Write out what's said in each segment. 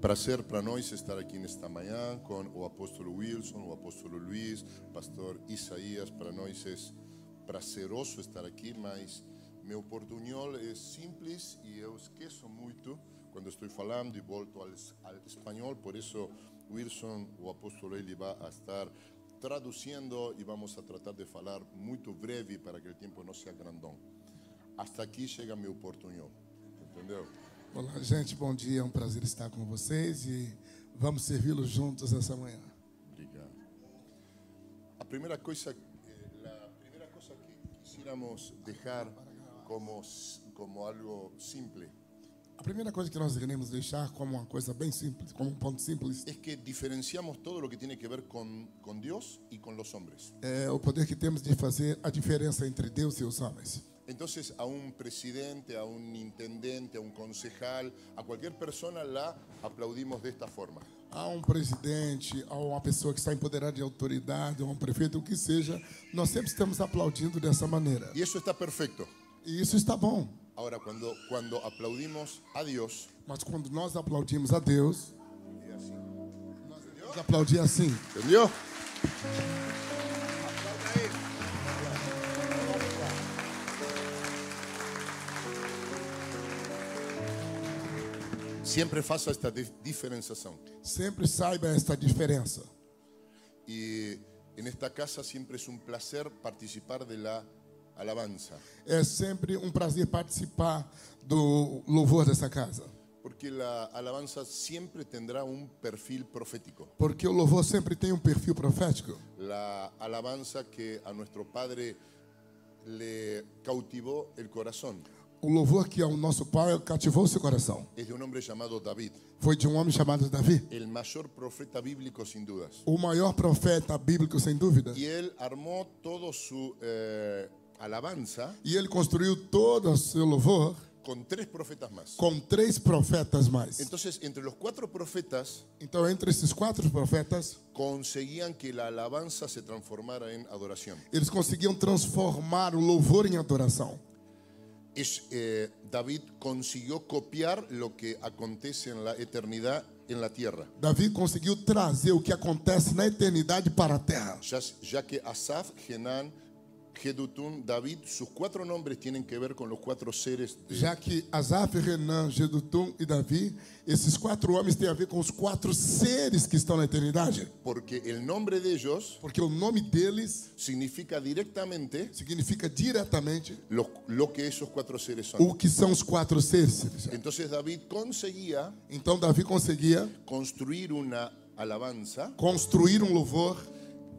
Prazer para nós estar aqui nesta manhã com o apóstolo Wilson, o apóstolo Luiz, pastor Isaías. Para nós é prazeroso estar aqui, mas meu portunhol é simples e eu esqueço muito quando estou falando e volto ao, ao espanhol. Por isso, Wilson, o apóstolo, ele vai estar traduzindo e vamos a tratar de falar muito breve para que o tempo não seja grandão. Hasta aqui chega meu portunhol, entendeu? Olá, gente, bom dia. É um prazer estar com vocês e vamos servi-los juntos essa manhã. Obrigado. A primeira coisa, a primeira coisa que quisiéramos deixar como, como algo simples A primeira coisa que nós iremos deixar como uma coisa bem simples, como um ponto simples, es que diferenciamos todo lo que tiene que ver con, con Dios y con los hombres. é o poder que temos de fazer a diferença entre Deus e os homens. Entonces a un presidente, a un intendente, a un concejal, a cualquier persona la aplaudimos de esta forma. Há um presidente, há uma pessoa que está empoderada de autoridade, ou um prefeito, o que seja, nós sempre estamos aplaudindo dessa maneira. Y eso está perfecto. E isso está bom, Ahora, cuando, cuando aplaudimos a Dios, mas quando nós aplaudimos a Deus, es así. nós devemos aplaudir assim. ¿entendió? Siempre faço esta di- diferenciación. Sempre saiba esta diferença. Y en esta casa siempre es un placer participar de la alabanza, É sempre um prazer participar do louvor dessa casa. porque la alabanza siempre tendrá un perfil profético. Porque o louvor sempre tem um perfil profético. La alabanza que a nuestro Padre le cautivó el corazón O louvor que ao nosso pai cativou seu coração es de un hombre llamado David, foi de um homem chamado Davi, el mayor profeta bíblico sin dudas. o maior profeta bíblico sem dúvida. Y él armó todo su eh, alabanza E ele construiu todo o seu louvor con tres profetas más. com três profetas mais. Entonces, entre los cuatro profetas Então, entre esses quatro profetas, conseguían que la alabanza se transformara en adoración. eles conseguiam transformar o louvor em adoração. Es, eh, David consiguió copiar lo que acontece en la eternidad en la tierra, Davi conseguiu trazer o que acontece na eternidade para a terra. ya, ya que Asaf, Genán, Gedutun, David, sus cuatro nombres tienen que ver con los cuatro seres de, Já que Asaf, Renan, Gedutum e Davi, esses quatro homens têm a ver com os quatro seres que estão na eternidade. porque el nombre de ellos Porque o nome deles significa directamente significa diretamente lo, lo que esos cuatro seres son. o que são os quatro seres. Entonces David conseguía Então Davi conseguia construir una alabanza, construir um louvor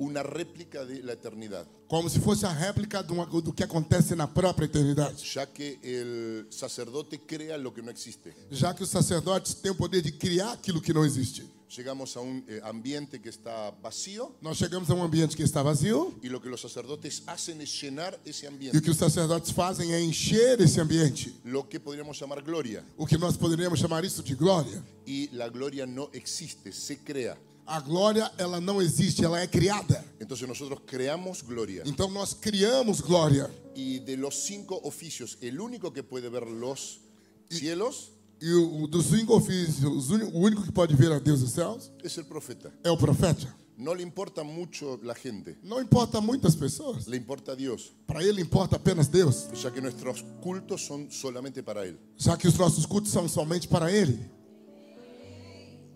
una réplica de la eternidad. como se fosse a réplica de uma- do que acontece na própria eternidade. ya que el sacerdote crea lo que no existe. Já que os sacerdotes têm o poder de criar aquilo que não existe. Llegamos a un eh, ambiente que está vacío Nós chegamos a um ambiente que está vazio y lo que los sacerdotes hacen es llenar ese e o ambiente, que os sacerdotes fazem é encher esse ambiente. lo que podríamos llamar gloria. O que nós poderíamos chamar isso de glória. Y la gloria no existe, se crea. A glória, ela não existe, ela é criada. Entonces nosotros creamos gloria. Então nós criamos glória. Y de los cinco oficios, el único que puede ver los cielos E o, o dos cinco ofícios, o uni- o único que pode ver a Deus dos céus es el profeta. é o profeta. No le importa mucho la gente, Não importa muitas pessoas. le importa a Dios, Para ele importa apenas Deus, ya que nuestros cultos son solamente para Él. já que os nossos cultos são somente para ele.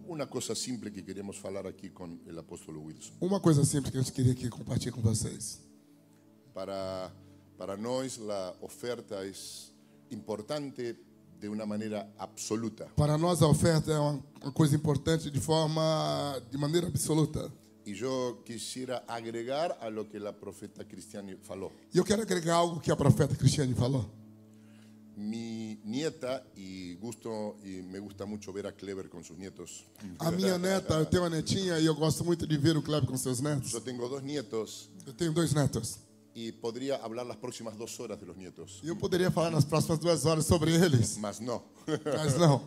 Una cosa simple que queremos hablar aquí con el apóstol Wilson. Uma coisa simples que eu queria aqui compartilhar com vocês. Para, para nós la oferta es importante de una manera absoluta Para nós a oferta é uma, uma coisa importante de forma, de maneira absoluta. y yo quisiera agregar a lo que la profeta Cristiani faló. E eu quero agregar algo que a profeta Cristiane falou. Mi nieta y gusto y me gusta mucho ver a Clever con sus nietos. A minha neta, eu tenho uma netinha e eu gosto muito de ver o Cleber com seus netos. Yo tengo dos nietos Eu tenho dois netos. y podría hablar las próximas dos horas de los nietos, E eu poderia falar nas próximas duas horas sobre eles, más no. mas não.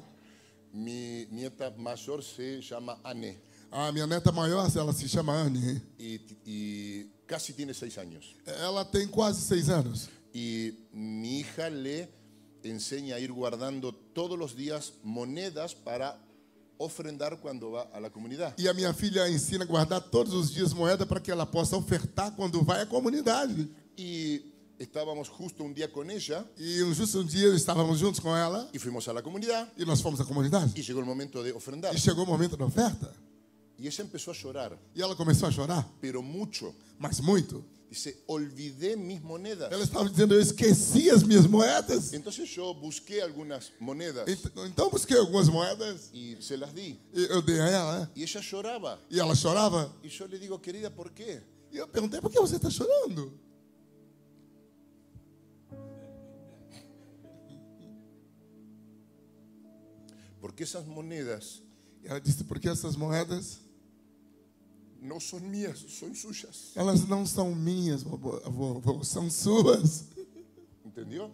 Mi nieta mayor se llama Anne A minha neta maior, ela se chama Anne. y, y casi tiene seis años. Ela tem quase seis anos. Y mi hija le enseña a ir guardando todos los días monedas para ofrendar quando vá à comunidade. E a minha filha ensina a guardar todos os dias moeda para que ela possa ofertar quando vai à comunidade. Y estábamos justo un día con ella E um- justo um dia estávamos juntos com ela y fuimos a la comunidad e nós fomos à comunidade. y llegó el momento de ofrendar. E chegou o momento da oferta Y ella empezó a llorar, e ela começou a chorar, pero mucho. mas muito. Dice, olvidé mis monedas. Ela estava dizendo: Eu esqueci as minhas moedas. Entonces yo busqué algunas monedas Ent- Então busquei algumas moedas y se las di. e eu dei a ela né? Y ella llorava. e ela chorava. Y yo le digo, querida, ¿por qué? E eu perguntei: Por que você está chorando? Porque esas monedas E ela disse: Porque essas moedas no son mías, son suyas. elas não são minhas, vovô, vovô, são suas. ¿Entendió?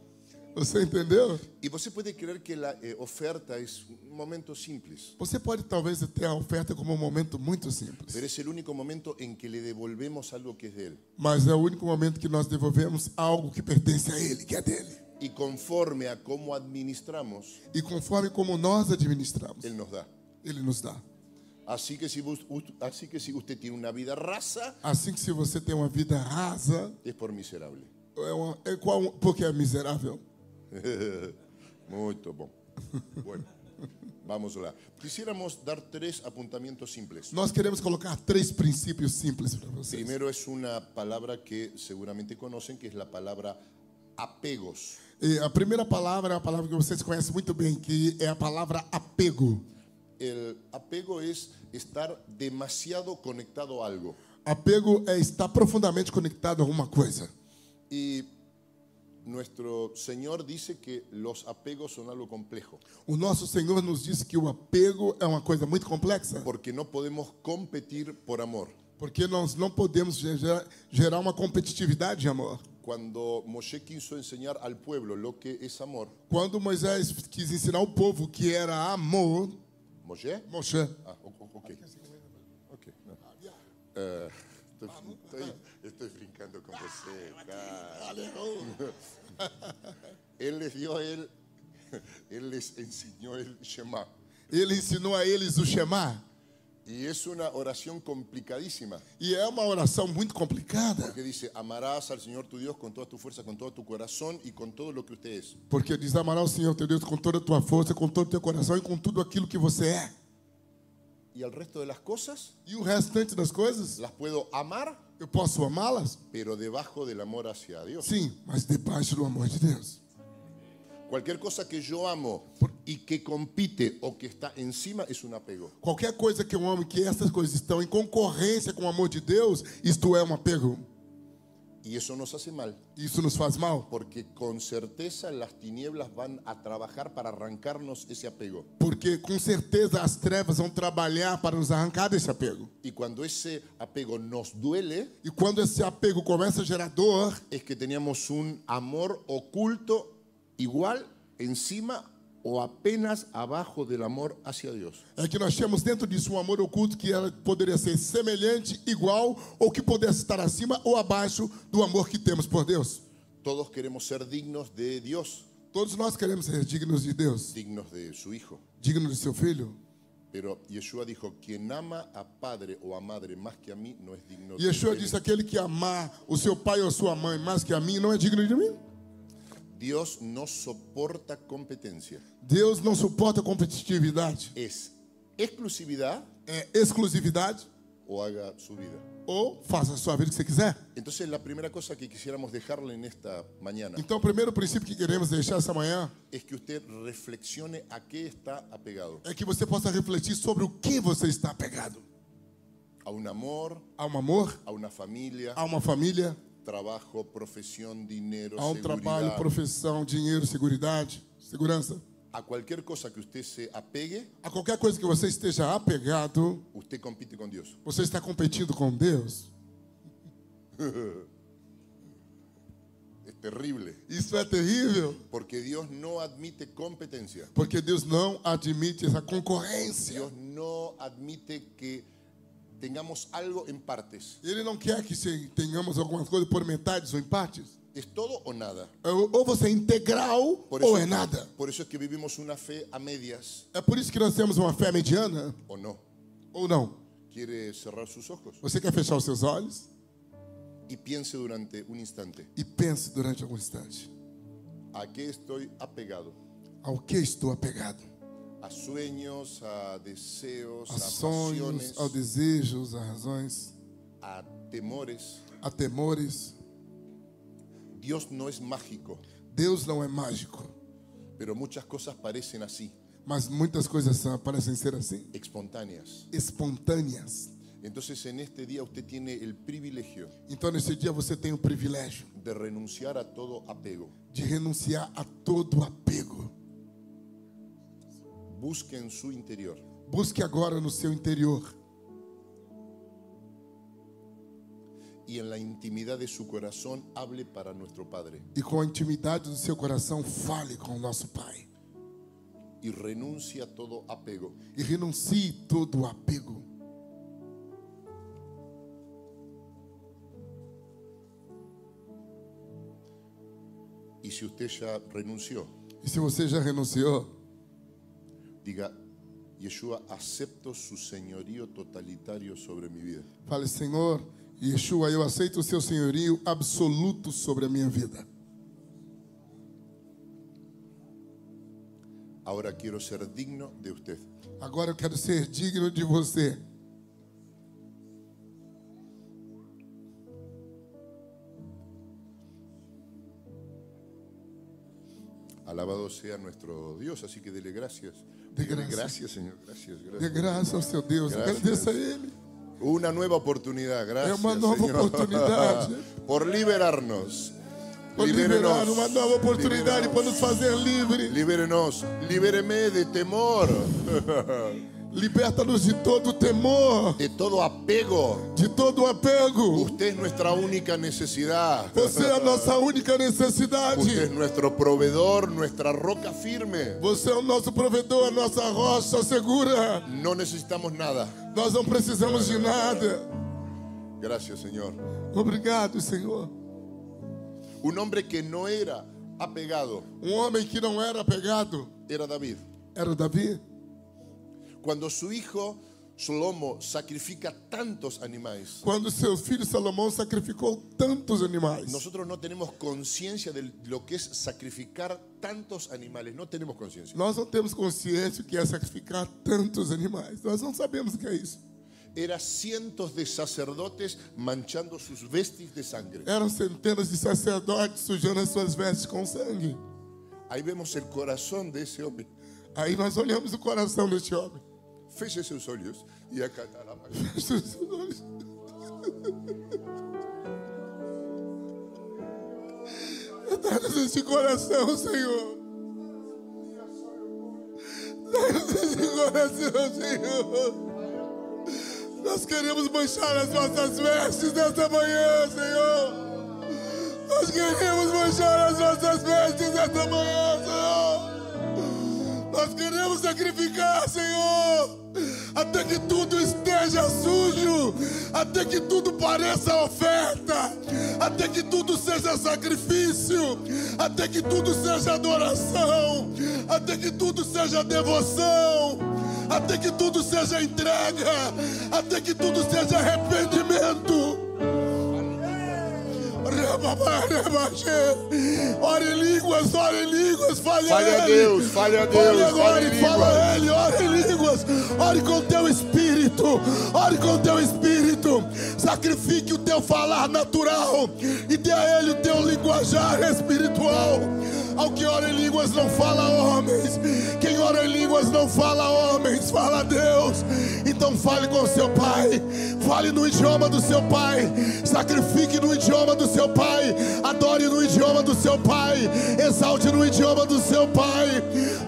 Você entendeu? Y vos puede creer que la eh, oferta es un momento simple, Você pode talvez ter a oferta como um momento muito simples, pero es el único momento en que le devolvemos algo que es de él. mas é o único momento que nós devolvemos algo que pertence a Ele, que é dele. Y conforme a cómo administramos, E conforme como nós administramos, él nos da. Ele nos dá. Así que si, vos- us- así que si usted tiene una vida rasa, Assim que se você tem uma vida rasa, es por miserable. é uma, é qual, porque é miserável. Muy bueno. Bueno, vamos lá. Quisiéramos dar tres apuntamientos simples. Nós queremos colocar três princípios simples para vocês. Primero es una palabra que seguramente conocen, que es la palabra apegos. E a primeira palavra é a palavra que vocês conhecem muito bem, que é a palavra apego. El apego es estar demasiado conectado a algo. Apego é estar profundamente conectado a alguma coisa. Y nuestro Señor dice que los apegos son algo complejo, O nosso Senhor nos disse que o apego é uma coisa muito complexa, porque no podemos competir por amor. porque nós não podemos gerar, gerar uma competitividade de amor. Cuando Moshe quiso enseñar al pueblo lo que es amor, Quando Moisés quis ensinar o povo que era amor, Moshe, Moshe, Ah, o- o- ok. Ok, no. Eh, estoy, estoy- estoy brincando con José. claro. Él les dio él, él les enseñó el Shema. ele ensinou a eles o chamar. Y es una oración complicadísima, E é uma oração muito complicada, porque dice, amarás al Señor tu Dios con toda tu fuerza, con todo tu corazón y con todo lo que usted es. porque diz amarás o Senhor teu Deus com toda a tua força, com todo o teu coração e com tudo aquilo que você é. Y al resto de las cosas E o restante das coisas, las puedo amar, eu posso amá-las? pero debajo del amor hacia Dios. Sim, mas debaixo do amor de Deus. Cualquier cosa que yo amo y que compite o que está encima es un apego. Qualquer coisa que eu amo, que essas coisas estão em concorrência com o amor de Deus, isto é um apego. Y eso nos hace mal, Isso nos faz mal, porque con certeza las tinieblas van a trabajar para arrancarnos ese apego. porque com certeza as trevas vão trabalhar para nos arrancar desse apego. Y cuando ese apego nos duele, E quando esse apego começa a gerar dor, es que teníamos un amor oculto igual encima o apenas abajo del amor hacia Dios. é que nós temos dentro disso um amor oculto que ela poderia ser semelhante, igual, ou que pudesse estar acima ou abaixo do amor que temos por Deus. Todos queremos ser dignos de Dios, Todos nós queremos ser dignos de Deus, dignos de su Hijo. dignos de seu filho. Pero Yeshua dijo, quien ama a padre o a madre más que a mí no es digno de Yeshua mí". disse: aquele que amar o seu pai ou a sua mãe mais que a mim não é digno de mim. Dios no soporta competencia. Deus não suporta competitividade. Es exclusividad É exclusividade o haga su vida. ou faça a sua vida o que você quiser. Entonces la primera cosa que quisiéramos dejarle en esta mañana Então, o primeiro princípio que queremos deixar essa manhã es que usted reflexione a qué está apegado. é que você possa refletir sobre o que você está apegado. A un amor, Há um amor, a una familia, há uma família, trabajo, profesión, dinero, há um trabalho, seguridad. profissão, dinheiro, seguridade, segurança. A cualquier cosa que usted se apegue, A qualquer coisa que você esteja apegado, usted compite con Dios. você está competindo com Deus. Es terrible. Isso é terrível, Porque Dios no admite competencia. porque Deus não admite essa concorrência. Dios no admite que tengamos algo en partes. Ele não quer que se- tenhamos algumas coisas por metades ou empates. Es todo o nada. É, Ou você é integral Por ou é nada. Por eso es que vivimos una fe a medias É por isso que nós temos uma fé mediana o no. ou não. Quiere cerrar sus ojos Você quer fechar os seus olhos y piense durante un instante, e pense durante algum instante: ¿a qué estoy apegado? ao que estou apegado? A sueños, a deseos, A a, sonhos, pasiones, a desejos, a razões, a temores. a temores. Dios no es mágico, Deus não é mágico, pero muchas cosas parecen así, mas muitas coisas são, parecem ser assim espontáneas. espontâneas. Entonces en este día usted tiene el privilegio Então, nesse dia, você tem o privilégio de renunciar a todo apego. de renunciar a todo apego. Busque en su interior Busque agora no seu interior y en la intimidad de su corazón hable para nuestro Padre e, com a intimidade do seu coração, fale com o nosso Pai y renuncia a todo apego. e renuncie todo o apego. Y si usted ya renunció, E se você já renunciou, diga, Yeshua, acepto su señorío totalitario sobre mi vida. fale: Senhor, Yeshua, eu aceito o seu senhorio absoluto sobre a minha vida. Ahora quiero ser digno de usted. Agora eu quero ser digno de você. Alabado sea nuestro Dios, así que dele gracias. De gracias. gracias, Señor. Gracias, De gracias. graça ao seu Deus. Graças. Agradeça a Ele. Una nueva oportunidad, gracias. Es una nueva Señor. oportunidad. por liberarnos. Por liberar uma nova oportunidade para nos fazer livre. Libérenos, libéreme de temor, Liberta-nos de todo o temor, de todo apego. de todo o apego. Usted es nuestra única necesidad. Você é a nossa única Usted es necessidade. nuestro proveedor, nuestra roca firme. Você é o nosso provedor, a nossa rocha segura. No necesitamos nada. Nós não precisamos de nada. Gracias, Señor. Obrigado, Senhor. Un hombre que no era apegado Um homem que não era apegado era David. era Davi. Cuando su hijo Solomo sacrifica tantos animales, Quando seu filho Salomão sacrificou tantos animais. nosotros no tenemos conciencia de lo que es sacrificar tantos animales. No tenemos conciencia. Nós não temos consciência do que é sacrificar tantos animais. Nós não sabemos o que é isso. Era cientos de sacerdotes manchando sus vestis de sangre. Eram centenas de sacerdotes sujando as suas vestes com sangue. Ahí vemos el corazón de ese hombre. Aí nós olhamos o coração deste homem. Feche sus ojos y acá está la mano. Dá-nos este coração, Senhor. Dá-nos este coração, Senhor. Nós queremos manchar as nossas vestes nesta manhã, Senhor. Nós queremos manchar as nossas vestes nesta manhã, Senhor. Nós queremos sacrificar, Senhor. Até que tudo esteja sujo, até que tudo pareça oferta, até que tudo seja sacrifício, até que tudo seja adoração, até que tudo seja devoção até que tudo seja entrega, até que tudo seja arrependimento. Ore em línguas, ore em línguas, fale Fale a a ele. Deus, fale a Deus, Ore agora fale e em fala línguas. a ele, ore em línguas, ore com teu espírito, ore com teu espírito. Sacrifique o teu falar natural e dê a ele o teu linguajar espiritual. Ao que ora em línguas não fala homens, quem ora em línguas não fala homens, fala a Deus. Então fale com seu pai, fale no idioma do seu pai, sacrifique no idioma do seu pai, adore no idioma do seu pai, exalte no idioma do seu pai,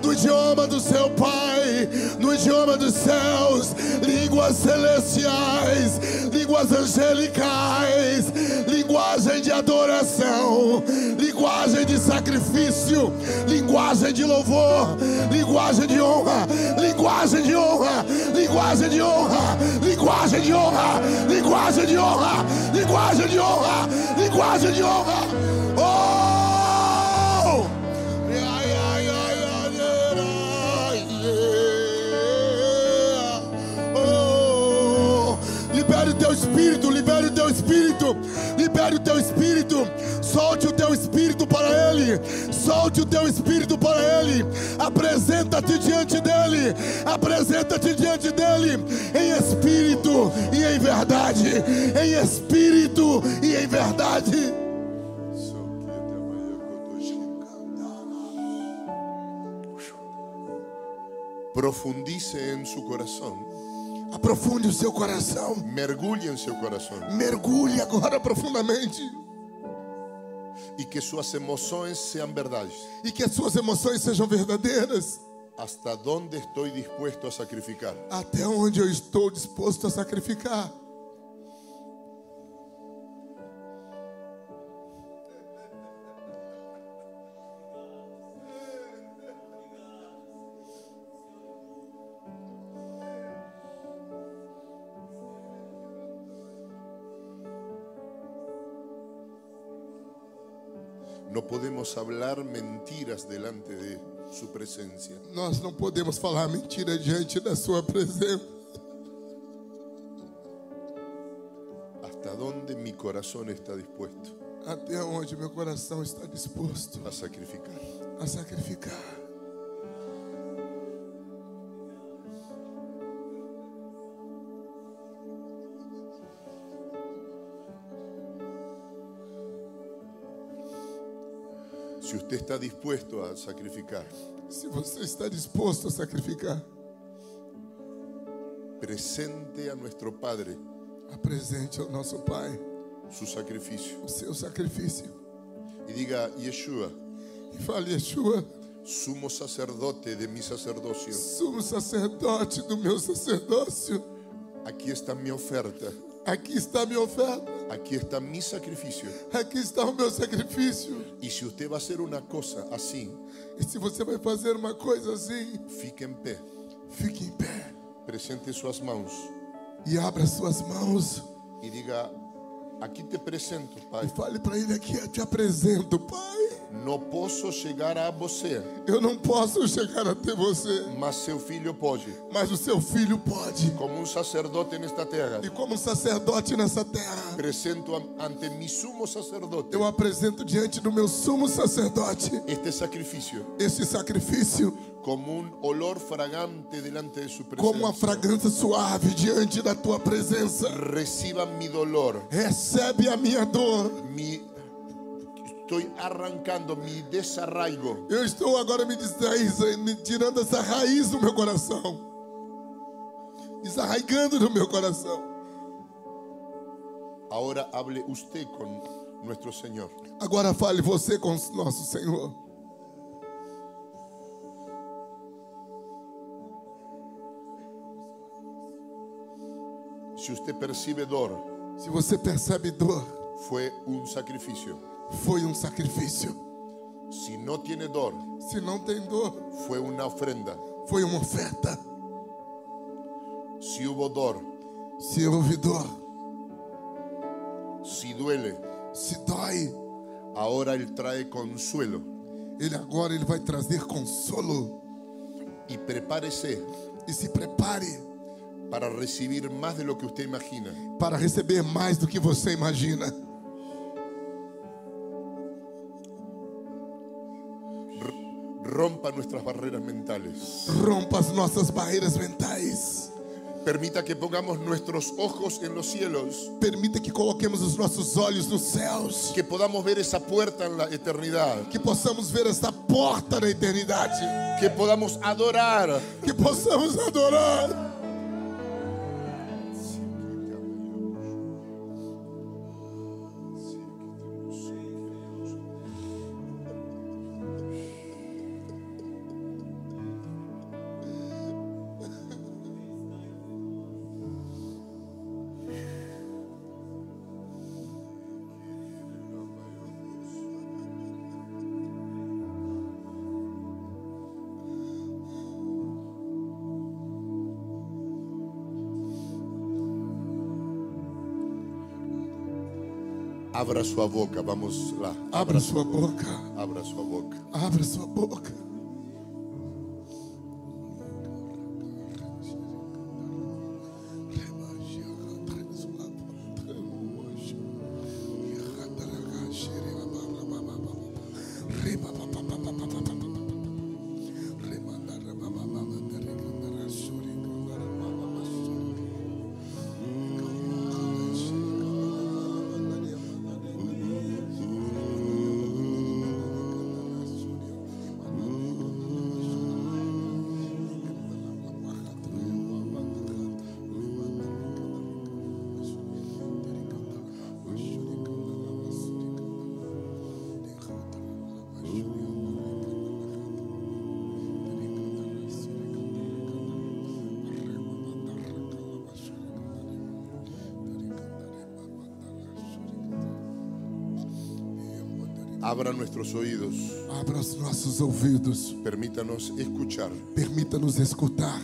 no idioma do seu pai, no idioma dos céus, línguas celestiais, línguas angelicais, linguagem de adoração, linguagem de sacrifício, linguagem de louvor, linguagem de honra, linguagem de honra, linguagem de honra, linguagem linguagem de honra, linguagem de honra, linguagem de honra, linguagem de honra. Oh! Ai, ai, ai, ai, ai, ai, ai. Oh! Libere o teu espírito, libere o teu espírito, libere o teu espírito, solte o teu espírito para Ele, solte o teu espírito para Ele, apresenta-te diante dEle, apresenta-te diante dEle, em espírito e em verdade, em espírito e em verdade. Profundice en su corazón. Aprofunde o seu coração. Mergulle en su corazón. Mergulhe agora profundamente. Y que sus emociones sean verdades. E que as suas emoções sejam verdadeiras. Hasta dónde estoy dispuesto a sacrificar. Até onde eu estou disposto a sacrificar. No podemos hablar mentiras delante de su presencia. Nós não podemos falar mentira diante da sua presença. Hasta dónde mi corazón está dispuesto Até onde meu coração está disposto a sacrificar. a sacrificar. Si usted está dispuesto a sacrificar, Se você está disposto a sacrificar, presente a nuestro Padre apresente ao nosso Pai su sacrificio o seu sacrifício. y diga, Yeshua, E fale, Yeshua, sumo sacerdote de mi sacerdocio, sumo sacerdote do meu sacerdócio, aquí está mi oferta, aqui está minha oferta, aquí está mi sacrificio. aqui está o meu sacrifício. Y si usted va a hacer una cosa así, E se você vai fazer uma coisa assim, fique en pie, fique em pé presente sus manos e abra suas mãos y diga, aquí te presento, e Pai. fale para ele aqui, eu te apresento, Pai. No posso chegar a você, Eu não posso chegar até você, mas seu filho pode. mas o seu filho pode. Como um sacerdote nesta terra, E como sacerdote nessa terra, presento am- ante mi sumo sacerdote eu apresento diante do meu sumo sacerdote este sacrificio este sacrifício como un olor fragante delante de su como uma presencia. fragrância suave diante da tua presença. Reciban mi dolor, Recebe a minha dor. mi estoy arrancando mi desarraigo Eu estou agora me desraiz- me tirando essa raiz do meu coração. Desarraigando do meu coração. Ahora hable usted con nuestro Señor. Agora fale você com o nosso Senhor. Si usted percibe dolor, Se você percebe dor, fue un sacrificio. foi um sacrifício. Si no tiene dolor, Se não tem dor, fue una ofrenda. foi uma oferta. Si hubo dolor, Se houve dor, si duele, se dói, ahora Él trae consuelo. ele agora ele vai trazer consolo. Y prepárese E se prepare para recibir más de lo que usted imagina. para receber mais do que você imagina. Rompa nuestras barreras mentales. Rompa as nossas barreiras mentais. Permita que pongamos nuestros ojos en los cielos. Permita que coloquemos os nossos olhos nos céus. Que podamos ver esa puerta en la eternidad. Que possamos ver essa porta da eternidade. Que podamos adorar. Que possamos adorar. Abra sua boca, vamos lá. Abra sua boca. Abra sua boca. Abra sua boca. Abra nuestros oídos. Abra os nossos ouvidos. Permítanos escuchar Permita-nos escutar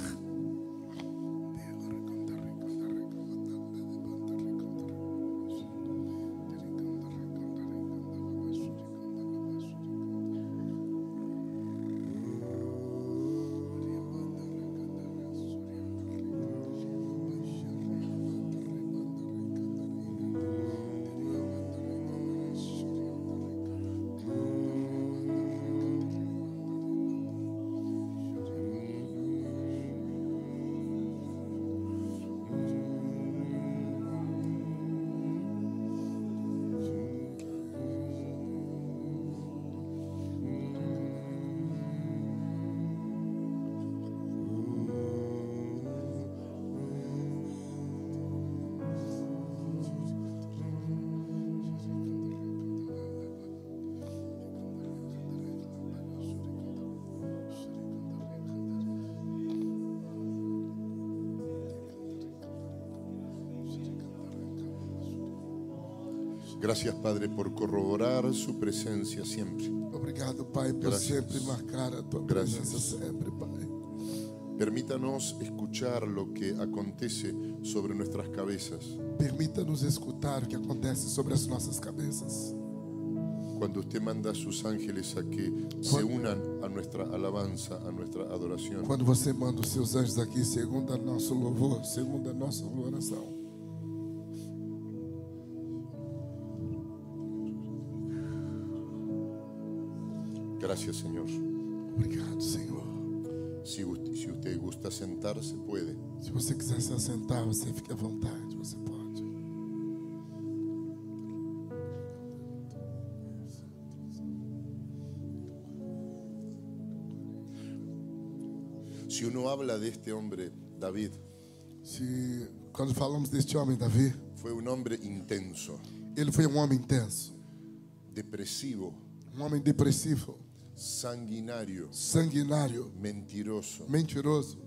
Gracias, Padre, por corroborar su presencia siempre. Obrigado, Pai, por Graças. sempre marcar a tua Graças. presença sempre, Pai. Permítanos escuchar lo que acontece sobre nuestras cabezas Permita-nos escutar o que acontece sobre as nossas cabeças. cuando usted manda a sus ángeles a que se unan a nuestra alabanza, a nuestra adoración. Quando você manda os seus anjos aqui, segundo a nosso louvor, segundo a nossa oração. Gracias, Señor. Obrigado, Senhor. Si usted, si usted gusta sentarse, puede. Se você quiser se assentar, você fique à vontade, você pode. Si uno habla de este hombre, David, Se, quando falamos deste homem, Davi, fue un hombre intenso, ele foi um homem intenso, depresivo, um homem depressivo, sanguinario, sanguinário, mentiroso. mentiroso.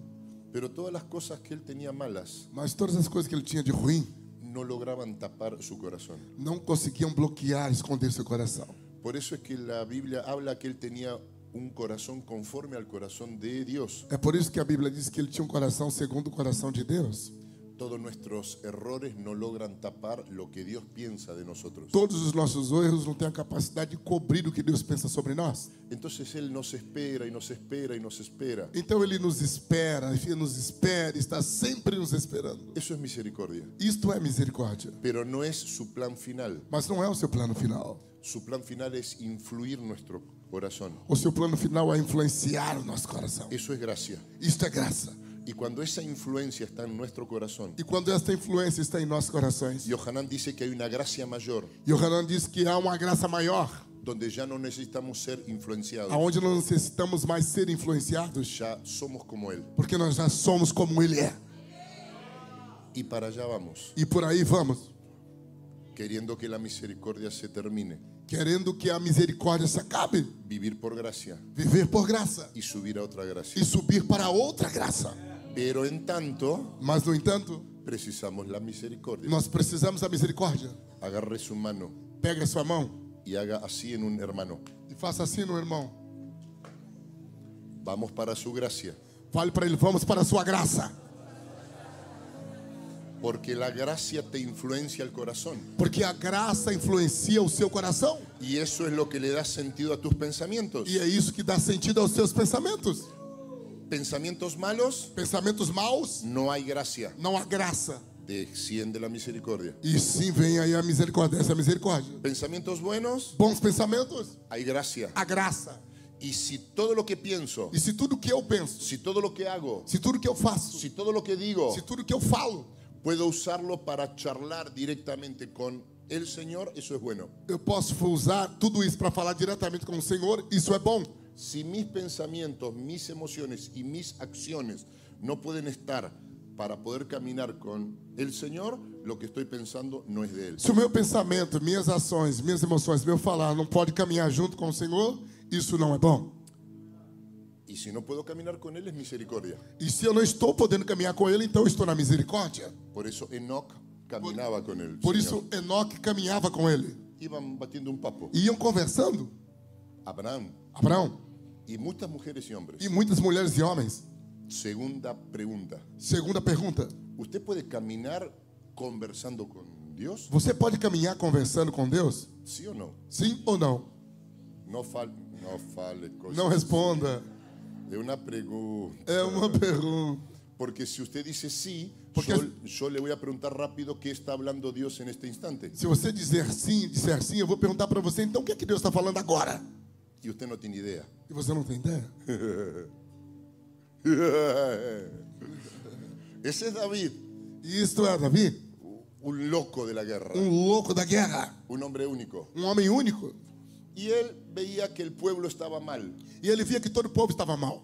Pero todas las cosas que él tenía malas Mas todas as coisas que ele tinha de ruim no lograban tapar su corazón. não conseguiam bloquear, esconder seu coração. Por eso es que la Biblia habla que él tenía un corazón conforme al corazón de Dios. É por isso que a Bíblia diz que ele tinha um coração segundo o coração de Deus. Todos nuestros errores no logran tapar lo que Dios piensa de nosotros. Todos os nossos erros não têm a capacidade de cobrir o que Deus pensa sobre nós. Entonces él nos espera y nos espera y nos espera. Então ele nos espera, ele nos espera, está sempre nos esperando. Eso es misericordia. Isto é misericórdia. Pero no es su plan final. Mas não é o seu plano final. Su plan final es influir nuestro corazón. O seu plano final é influenciar o nosso coração. Eso es gracia. Isto é graça. Y cuando esa influencia está en nuestro corazón, E quando esta influência está em nossos corações, Yohanan dice que hay una gracia mayor Yohanan diz que há uma graça maior, donde ya no necesitamos ser influenciados, aonde não necessitamos mais ser influenciados, ya somos como Él. porque nós já somos como Ele é. Y para allá vamos, E por aí vamos, queriendo que la misericordia se termine, querendo que a misericórdia se acabe, vivir por gracia viver por graça y subir a otra e gracia. subir para outra graça. Pero en tanto, Mas, no entanto, precisamos la misericordia. nós precisamos da misericórdia. Agarre su mano Pega a sua mão y haga así en un hermano. e faça assim no irmão. Vamos para su gracia. Fale para ele, vamos para a sua graça. Porque la gracia te influencia el corazón. Porque a graça influencia o seu coração. Y eso es lo que le da sentido a tus pensamientos. E é isso que dá sentido aos seus pensamentos. Pensamientos malos, Pensamentos maus, no hay gracia. não há graça. Desciende la misericordia. E sim vem aí a misericórdia, essa misericórdia. Pensamientos buenos, Bons pensamentos, hay gracia. a graça. Y si todo lo que pienso, E se tudo que eu penso, si todo lo que hago, se tudo que eu faço, si todo lo que digo, se tudo que eu falo, puedo usarlo para charlar directamente con el Señor, eso es bueno. eu posso usar tudo isso para falar diretamente com o Senhor, isso é bom. Si mis pensamientos, mis emociones y mis acciones no pueden estar para poder caminar con el Señor, lo que estoy pensando no es de Él. Se o meu pensamento, minhas ações, minhas emoções, meu falar não pode caminhar junto com o Senhor, isso não é bom. Y si no puedo caminar con Él es misericordia. E se eu não estou podendo caminhar com Ele, então eu estou na misericórdia. Por eso Enoch caminaba con Él. Por isso, Enoque caminhava com Ele. iban batiendo un papo. E iam conversando, Abraham Abraão, y muchas mujeres y hombres. e muitas mulheres e homens. Segunda pregunta. Segunda pergunta: ¿Usted puede caminar conversando con Dios? Você pode caminhar conversando com Deus? ¿Sí o no? Sim ou não? No, fal no fale cosas. Não responda. De una pregunta. É uma pergunta. Porque si usted dice sí, Porque- yo, yo le voy a preguntar rápido qué está hablando Dios en este instante. Se você dizer sim, disser sim, eu vou perguntar para você, então o que é que Deus está falando agora? Y usted no tiene idea. E você não tem ideia? Ese es David, E isto é Davi, un loco de la guerra, um louco da guerra, un hombre único. um homem único. Y él veía que el pueblo estaba mal E ele via que todo o povo estava mal.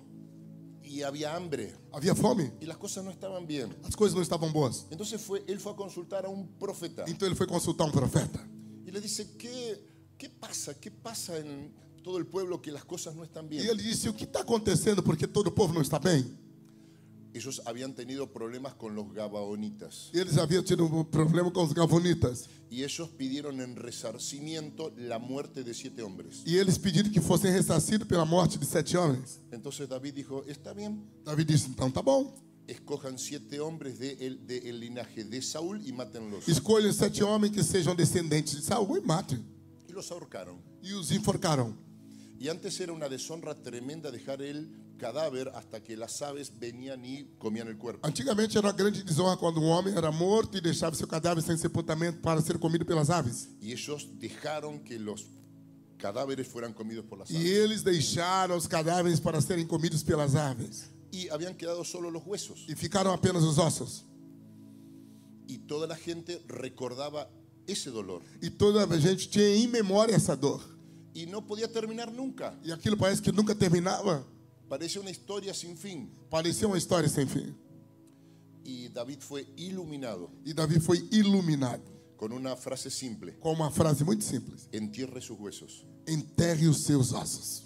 y había hambre Havia fome, y las cosas no estaban bien. as coisas não estavam boas. Entonces fue, él fue a consultar a un profeta Então ele foi consultar um profeta. y le dice, ¿qué, qué pasa? ¿Qué pasa en todo el pueblo que las cosas no están E bien? ele disse: O que está acontecendo porque todo o povo não está bem? Ellos habían tenido problemas con los gabaonitas Eles haviam tido um problema com os gavonitas. y ellos pidieron en resarcimiento la muerte de siete hombres. E eles pediram que fossem ressarcidos pela morte de sete homens. Entonces David dijo, está bien, Davi disse: Então tá bom. escojan siete hombres del de el- de el linaje de Saúl y mátenlos. Escolham sete homens que sejam descendentes de Saul e matem. Y los ahorcaron. E os enforcaram. Y antes era una deshonra tremenda dejar el cadáver hasta que las aves venían y comían el cuerpo. Antigamente era uma grande desonra quando um homem era morto e deixava seu cadáver sem sepultamento para ser comido pelas aves. Y ellos dejaron que los cadáveres fueran comidos por las E aves. eles deixaram os cadáveres para serem comidos pelas aves. Y habían quedado solo los huesos. E ficaram apenas os ossos. Y toda la gente recordaba ese dolor. E toda a gente tinha em memória essa dor. Y no podía terminar nunca. E aquilo parece que nunca terminava. Parecía uma historia sin fin. Parecia uma história sem fim. Y David fue iluminado E Davi foi iluminado con una frase simple. com uma frase muito simples: Entierre sus huesos. Enterre os seus ossos.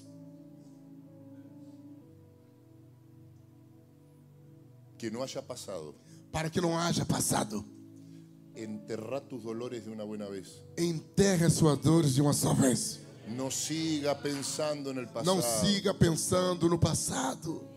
Que no haya pasado. Para que não haja passado. Enterra tus dolores de una buena vez. Enterre as suas dores de uma só vez. No siga pensando en el pasado. Não siga pensando no passado.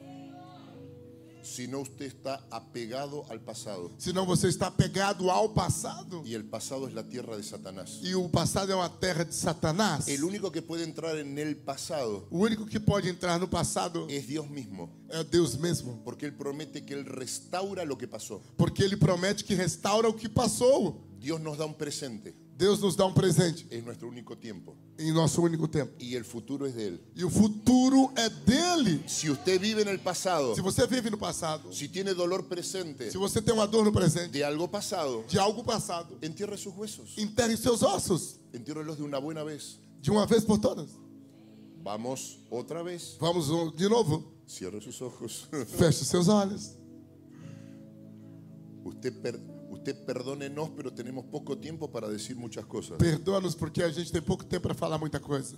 Si no usted está apegado al pasado. Senão você está pegado ao passado. Y el pasado es la tierra de Satanás. E o passado é uma terra de Satanás. El único que puede entrar en el pasado O único que pode entrar no passado es Dios mismo, é Deus mesmo. porque Él promete que Él restaura lo que pasó. Porque ele promete que restaura o que passou. Dios nos da un presente, Deus nos dá um presente es nuestro único tiempo, em nosso único tempo. y el futuro es de Él. E o futuro é dele. Si usted vive en el pasado, Se você vive no passado, si tiene dolor presente se você tem uma dor no presente de algo pasado, de algo passado, entierre sus huesos, enterre seus ossos entiérrelos de una buena vez. de uma vez por todas. Vamos otra vez, Vamos um- de novo. cierre sus ojos. Feche seus olhos. usted, per- usted perdónenos, pero tenemos poco tiempo para decir muchas cosas. Perdoa-nos porque a gente tem pouco tempo para falar muita coisa.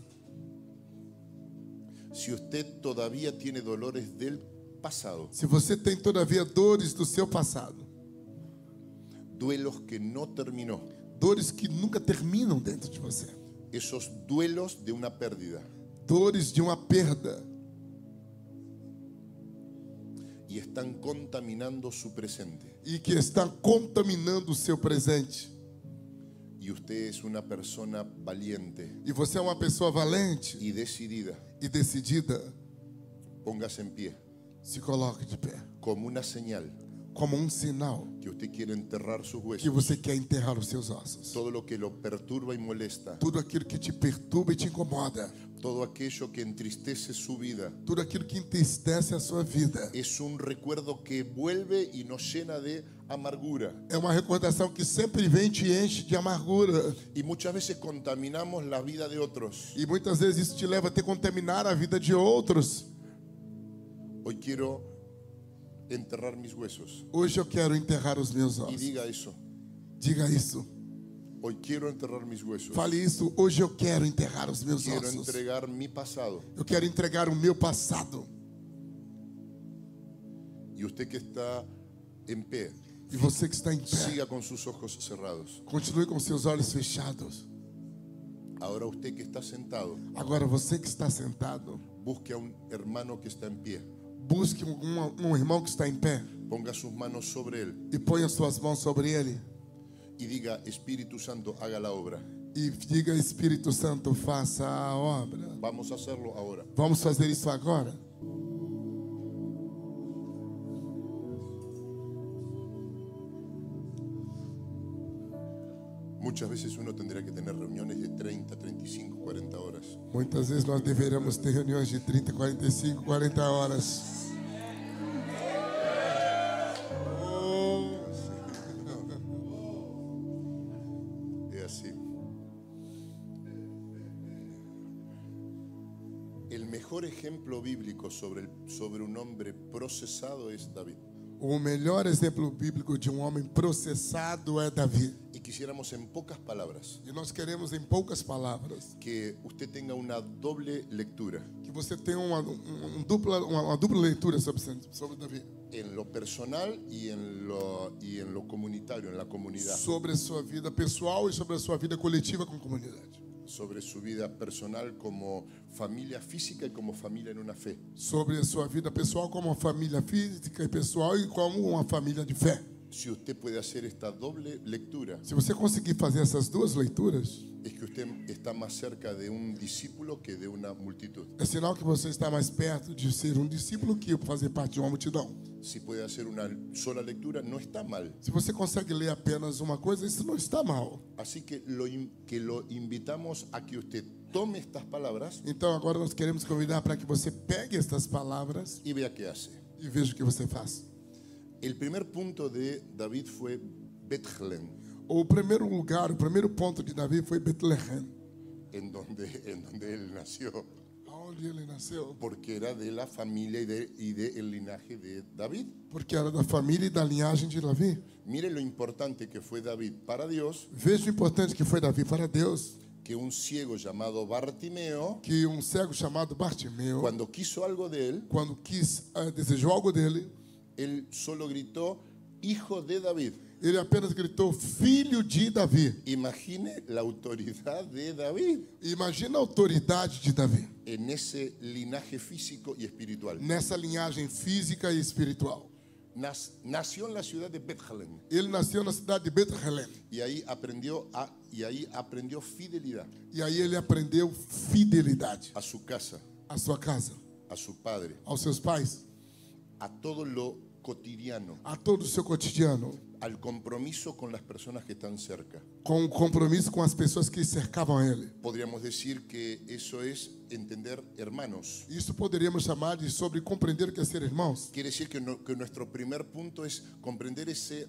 Si usted todavía tiene dolores del pasado, Se você tem todavia dores do seu passado, duelos que no terminó, dores que nunca terminam dentro de você, esos duelos de una pérdida. dores de uma perda, Y y están contaminando su presente. e que está contaminando o seu presente. Y usted es una persona valiente E você é uma pessoa valente y decidida. e decidida. Póngase en pie Se coloque de pé como una señal como um sinal que usted quiere enterrar sus que huesos. você quer enterrar os seus ossos. Todo lo que lo perturba y molesta, Tudo aquilo que te perturba e te incomoda, todo aquello que entristece su vida, tudo aquilo que entristece a sua vida, es un recuerdo que vuelve y nos llena de amargura. é uma recordação que sempre vem e te enche de amargura. Y muchas veces contaminamos la vida de otros. E muitas vezes isso te leva a te contaminar a vida de outros. Hoy quiero enterrar mis huesos. Hoje eu quero enterrar os meus Y ossos. diga eso. Diga isso. Hoy quiero enterrar mis huesos. Fale isso. Hoje eu quero enterrar os meus Quiero ossos. entregar mi pasado. Eu quero entregar o meu passado. Y usted que está en pie, E você que está em pé, siga con sus ojos cerrados. continue com seus olhos fechados. Ahora usted que está sentado, Agora você que está sentado, busque a un hermano que está en pie. busque um, um irmão que está em pé Ponga sus manos sobre él e ponha suas mãos sobre ele y diga, Espíritu Santo, haga la obra. e diga: Espírito Santo, faça a obra. Vamos a hacerlo ahora. Vamos fazer isso agora? Muchas veces uno tendría que tener reuniones de 30, 35, 40 horas. Muitas vezes nós deveríamos ter reuniões de 30, 45, 40 horas. Es así. El mejor ejemplo bíblico sobre, el- sobre un hombre procesado es David. O melhor exemplo bíblico de um homem processado é Davi. Y quisiéramos en pocas palabras E nós queremos, em poucas palavras, que usted tenga una doble lectura que você tenha uma, um- um dupla, uma, uma dupla leitura sobre, sobre Davi, en lo personal y en lo, y en lo comunitario, en la comunidad, sobre a sua vida pessoal e sobre a sua vida coletiva com a comunidade, sobre su vida personal como familia física y como familia en una fe. sobre a sua vida pessoal como uma família física e pessoal e como uma família de fé. Si usted puede hacer esta doble lectura, Se você conseguir fazer essas duas leituras, es que usted está más cerca de un discípulo que de una multitud. é sinal que você está mais perto de ser um discípulo que fazer parte de uma multidão. Si puede hacer una sola lectura, no está mal. Se você consegue ler apenas uma coisa, isso não está mal. Así que lo, in- que lo invitamos a que usted tome estas palabras Então agora nós queremos convidar para que você pegue estas palavras y vea qué hace. e veja o que você faz. El primer punto de David fue Bethlehem, O primeiro lugar, o primeiro ponto de Davi foi Betlehem, en donde, en donde él nació, onde ele nasceu, porque era de la familia y del de, y de el linaje de David. porque era da família e da linhagem de Davi. Mire lo importante que fue David para Dios, Veja o importante que foi Davi para Deus, que un ciego llamado Bartimeo, que um cego chamado Bartimeu, quando, cuando quiso algo de él, quis, ah, desejou algo dele, él solo gritó, hijo de David. ele apenas gritou, filho de Davi. Imagine la autoridad de David Imagina a autoridade de Davi en ese linaje físico y espiritual. nessa linhagem física e espiritual. Nas- nació en la ciudad de Bethlehem Ele nasceu na cidade de Betlehem y ahí aprendió, a- y ahí aprendió fidelidad e aí ele aprendeu fidelidade a su casa, à sua casa, a su padre, aos seus pais, a todo lo cotidiano, a todo o seu cotidiano, al compromiso con las personas que están cerca. com o compromisso com as pessoas que cercavam ele. Podríamos decir que eso es entender hermanos. Isso poderíamos chamar de sobre compreender o que é ser irmãos. Quiere decir que, no- que nuestro primer punto es comprender ese,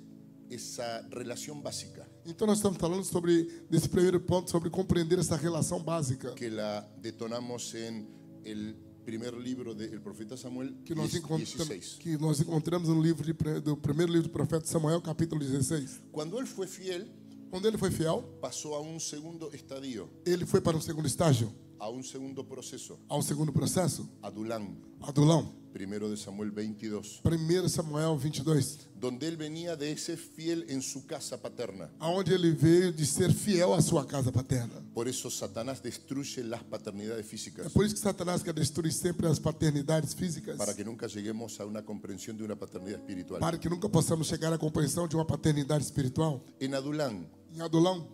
essa relación básica, Então nós estamos falando sobre nesse primeiro ponto sobre compreender essa relação básica que la detonamos en el primer libro del profeta Samuel que nós, 10, encontramos, 16. que nós encontramos no livro de pre- do primeiro livro do profeta Samuel, capítulo 16. Cuando él fue fiel, Quando ele foi fiel, pasó a un segundo estadio, ele foi para um segundo estágio, a un segundo proceso, Há um segundo processo? Adulán, Adulão. primero de Samuel 22, 1 Samuel 22. donde él venía de ese fiel en su casa paterna. Aonde ele veio de ser fiel à sua casa paterna. Por eso Satanás destruye las paternidades É físicas, por isso que Satanás quer destruir sempre as paternidades físicas. para que nunca lleguemos a una comprensión de una paternidad espiritual. para que nunca possamos chegar à compreensão de uma paternidade espiritual. En Adulán, Em Adulão,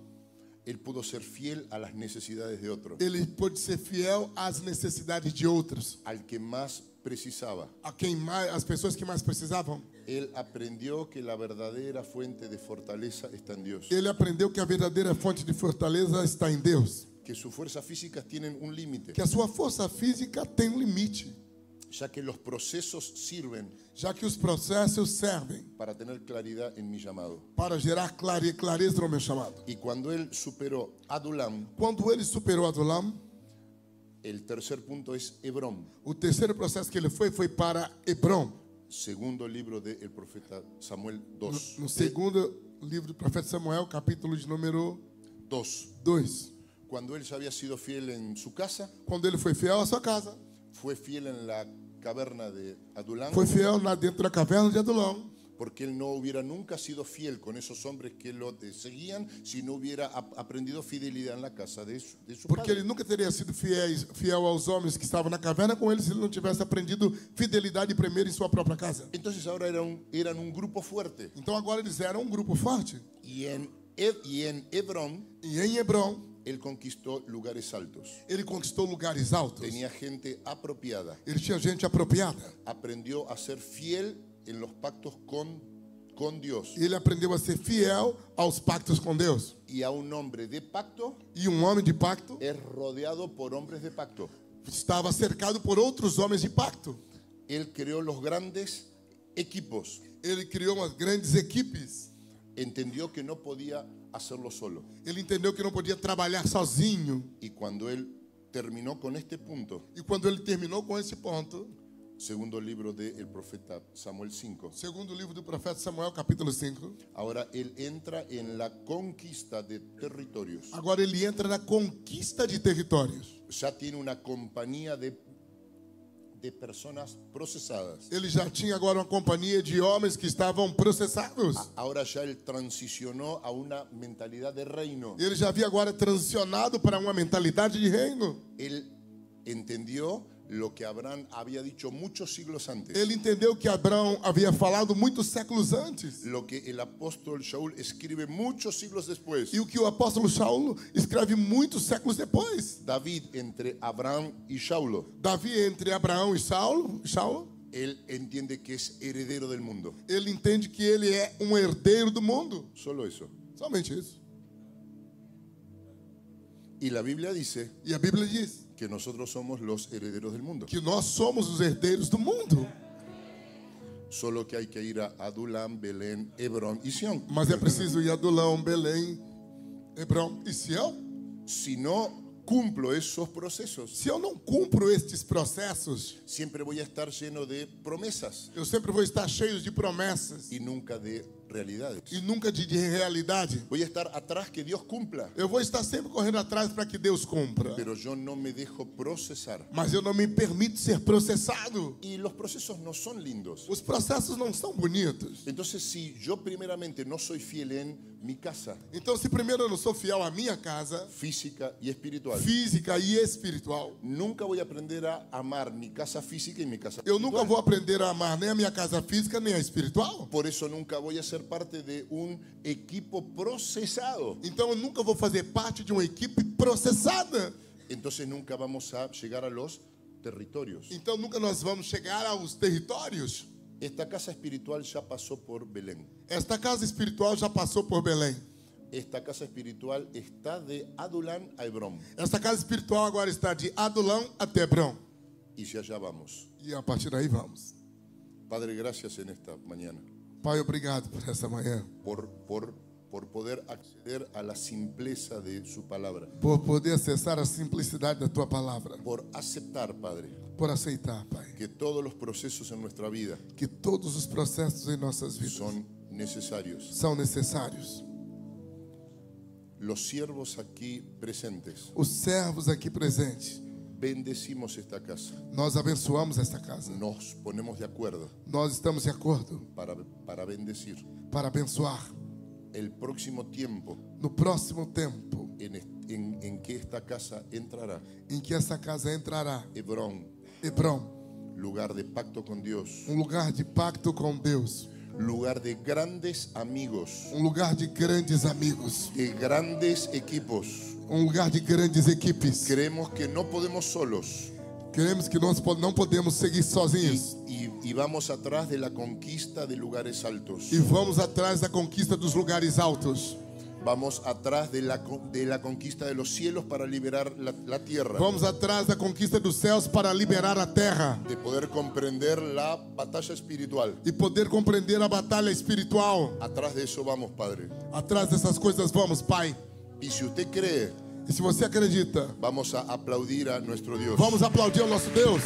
él pudo ser fiel a las necesidades de otro, ele pôde ser fiel às necessidades de outros, al que más precisaba. a quem mais, as pessoas que mais precisavam. Él aprendió que la verdadera fuente de fortaleza está en Dios, Ele aprendeu que a verdadeira fonte de fortaleza está em Deus, que sus fuerzas físicas tienen un límite, que a sua força física tem um limite, ya que los procesos sirven já que os processos servem para tener claridad en mi llamado. para gerar clare- clareza no meu chamado. Y cuando él superó Adulam, Quando ele superou Adulão, el tercer punto es Hebrón, o terceiro processo que ele foi foi para Hebron, segundo libro del profeta Samuel 2. no segundo livro do profeta Samuel, capítulo de número 2. 2. Cuando él ya había sido fiel en su casa, Quando ele foi fiel à sua casa, fue fiel en la caverna de Adulam, foi fiel lá dentro da caverna de Adulão, porque él no hubiera nunca sido fiel con esos hombres que lo eh, seguían si no hubiera ap- aprendido fidelidad en la casa de su, de su porque padre. ele nunca teria sido fiéis- fiel aos homens que estavam na caverna com ele se ele não tivesse aprendido fidelidade primeiro em sua própria casa. Entonces ahora eran, eran un grupo fuerte. Então agora eles eram um grupo forte. Y en, Heb- y en Hebrón, E em Hebron, él conquistó lugares altos. ele conquistou lugares altos. Tenía gente apropiada. Ele tinha gente apropriada. Aprendió a ser fiel en los pactos con, con Dios. Ele aprendeu a ser fiel aos pactos com Deus. Y a un hombre de pacto E um homem de pacto es rodeado por hombres de pacto. estava cercado por outros homens de pacto. Él creó los grandes equipos. Ele criou umas grandes equipes. Entendió que no podía hacerlo solo. Ele entendeu que não podia trabalhar sozinho. Y cuando él terminó con este punto, E quando ele terminou com esse ponto, segundo libro del profeta Samuel 5, segundo o livro do profeta Samuel, capítulo 5, ahora él entra en la conquista de territorios. agora ele entra na conquista de territórios. Ya tiene una compañía de, de personas procesadas. Ele já tinha agora uma companhia de homens que estavam processados. Ahora ya él transicionó a una mentalidad de reino. Ele já havia agora transicionado para uma mentalidade de reino. Él entendió lo que Abraham había dicho muchos siglos antes. Ele entendeu que Abraão havia falado muitos séculos antes. lo que el apóstol Shaul escribe muchos siglos después. E o que o apóstolo Saulo escreve muitos séculos depois. David entre Abraham y Saulo, Davi, entre Abraão e Saulo, Saulo, él entiende que es heredero del mundo. ele entende que ele é um herdeiro do mundo. Solo eso. Somente isso. Y la Biblia dice E a Bíblia diz: que nosotros somos los herederos del mundo. que nós somos os herdeiros do mundo. Solo que hay que ir a Adulam, Belén, Hebrón y Sión. Mas é preciso ir a Adulão, Belém, Hebron e Sião. Si no cumplo esos procesos, Se eu não cumpro estes processos, siempre voy a estar lleno de promesas eu sempre vou estar cheio de promessas y nunca de realidades. e nunca de, de realidade. Voy a estar atrás que Dios cumpla, Eu vou estar sempre correndo atrás para que Deus cumpra. pero yo no me dejo procesar. Mas eu não me permito ser processado. Y los procesos no son lindos. Os processos não são bonitos. Entonces, si yo primeramente no soy fiel en mi casa Então, se primeiro eu não sou fiel à minha casa, física y espiritual, física e espiritual, nunca voy a aprender a amar mi casa física y mi casa eu nunca espiritual. vou aprender a amar nem a minha casa física nem a espiritual. Por eso nunca voy a ser parte de un equipo procesado. Então eu nunca vou fazer parte de uma equipe processada. Entonces nunca vamos a llegar a los territorios. Então nunca nós vamos chegar aos territórios. Esta casa espiritual ya pasó por Belén. Esta casa espiritual já passou por Belém. Esta casa espiritual está de Adulán a Hebrón. Esta casa espiritual agora está de Adulão até Hebrão. Y ya allá vamos. E a partir daí vamos. Padre, gracias en esta mañana Pai, obrigado por essa manhã. por, por, por poder acceder a la simpleza de su palabra. Por poder acessar a simplicidade da tua palavra. Por aceptar, Padre, Por aceitar, Pai, que todos los procesos en nuestra vida que todos os processos em nossas vidas son necesarios. são necessários. los siervos aquí presentes, os servos aqui presentes. bendecimos esta casa. Nós abençoamos esta casa. Nos ponemos de acuerdo Nós estamos de acordo para, para bendecir. para abençoar El próximo tiempo no próximo tempo en, est- en- en que esta casa entrará, em que essa casa entrará. Hebrón, Hebron, lugar de pacto con Dios, um lugar de pacto com Deus, lugar de grandes amigos, um lugar de grandes amigos, de grandes equipos. um lugar de grandes equipes. Creemos que no podemos solos Queremos que nós po- não podemos seguir sozinhos y, y vamos atrás de la conquista de lugares altos. e vamos atrás da conquista dos lugares altos. Vamos atrás de la, con- de la conquista de los cielos para liberar la, la tierra. Vamos atrás da conquista dos céus para liberar a terra De poder comprender la batalla espiritual. e poder compreender a batalha espiritual. Atrás de eso vamos, Padre. Atrás dessas coisas vamos, Pai. Y si usted cree, E se você acredita, vamos a aplaudir a nuestro Dios. vamos aplaudir o nosso Deus.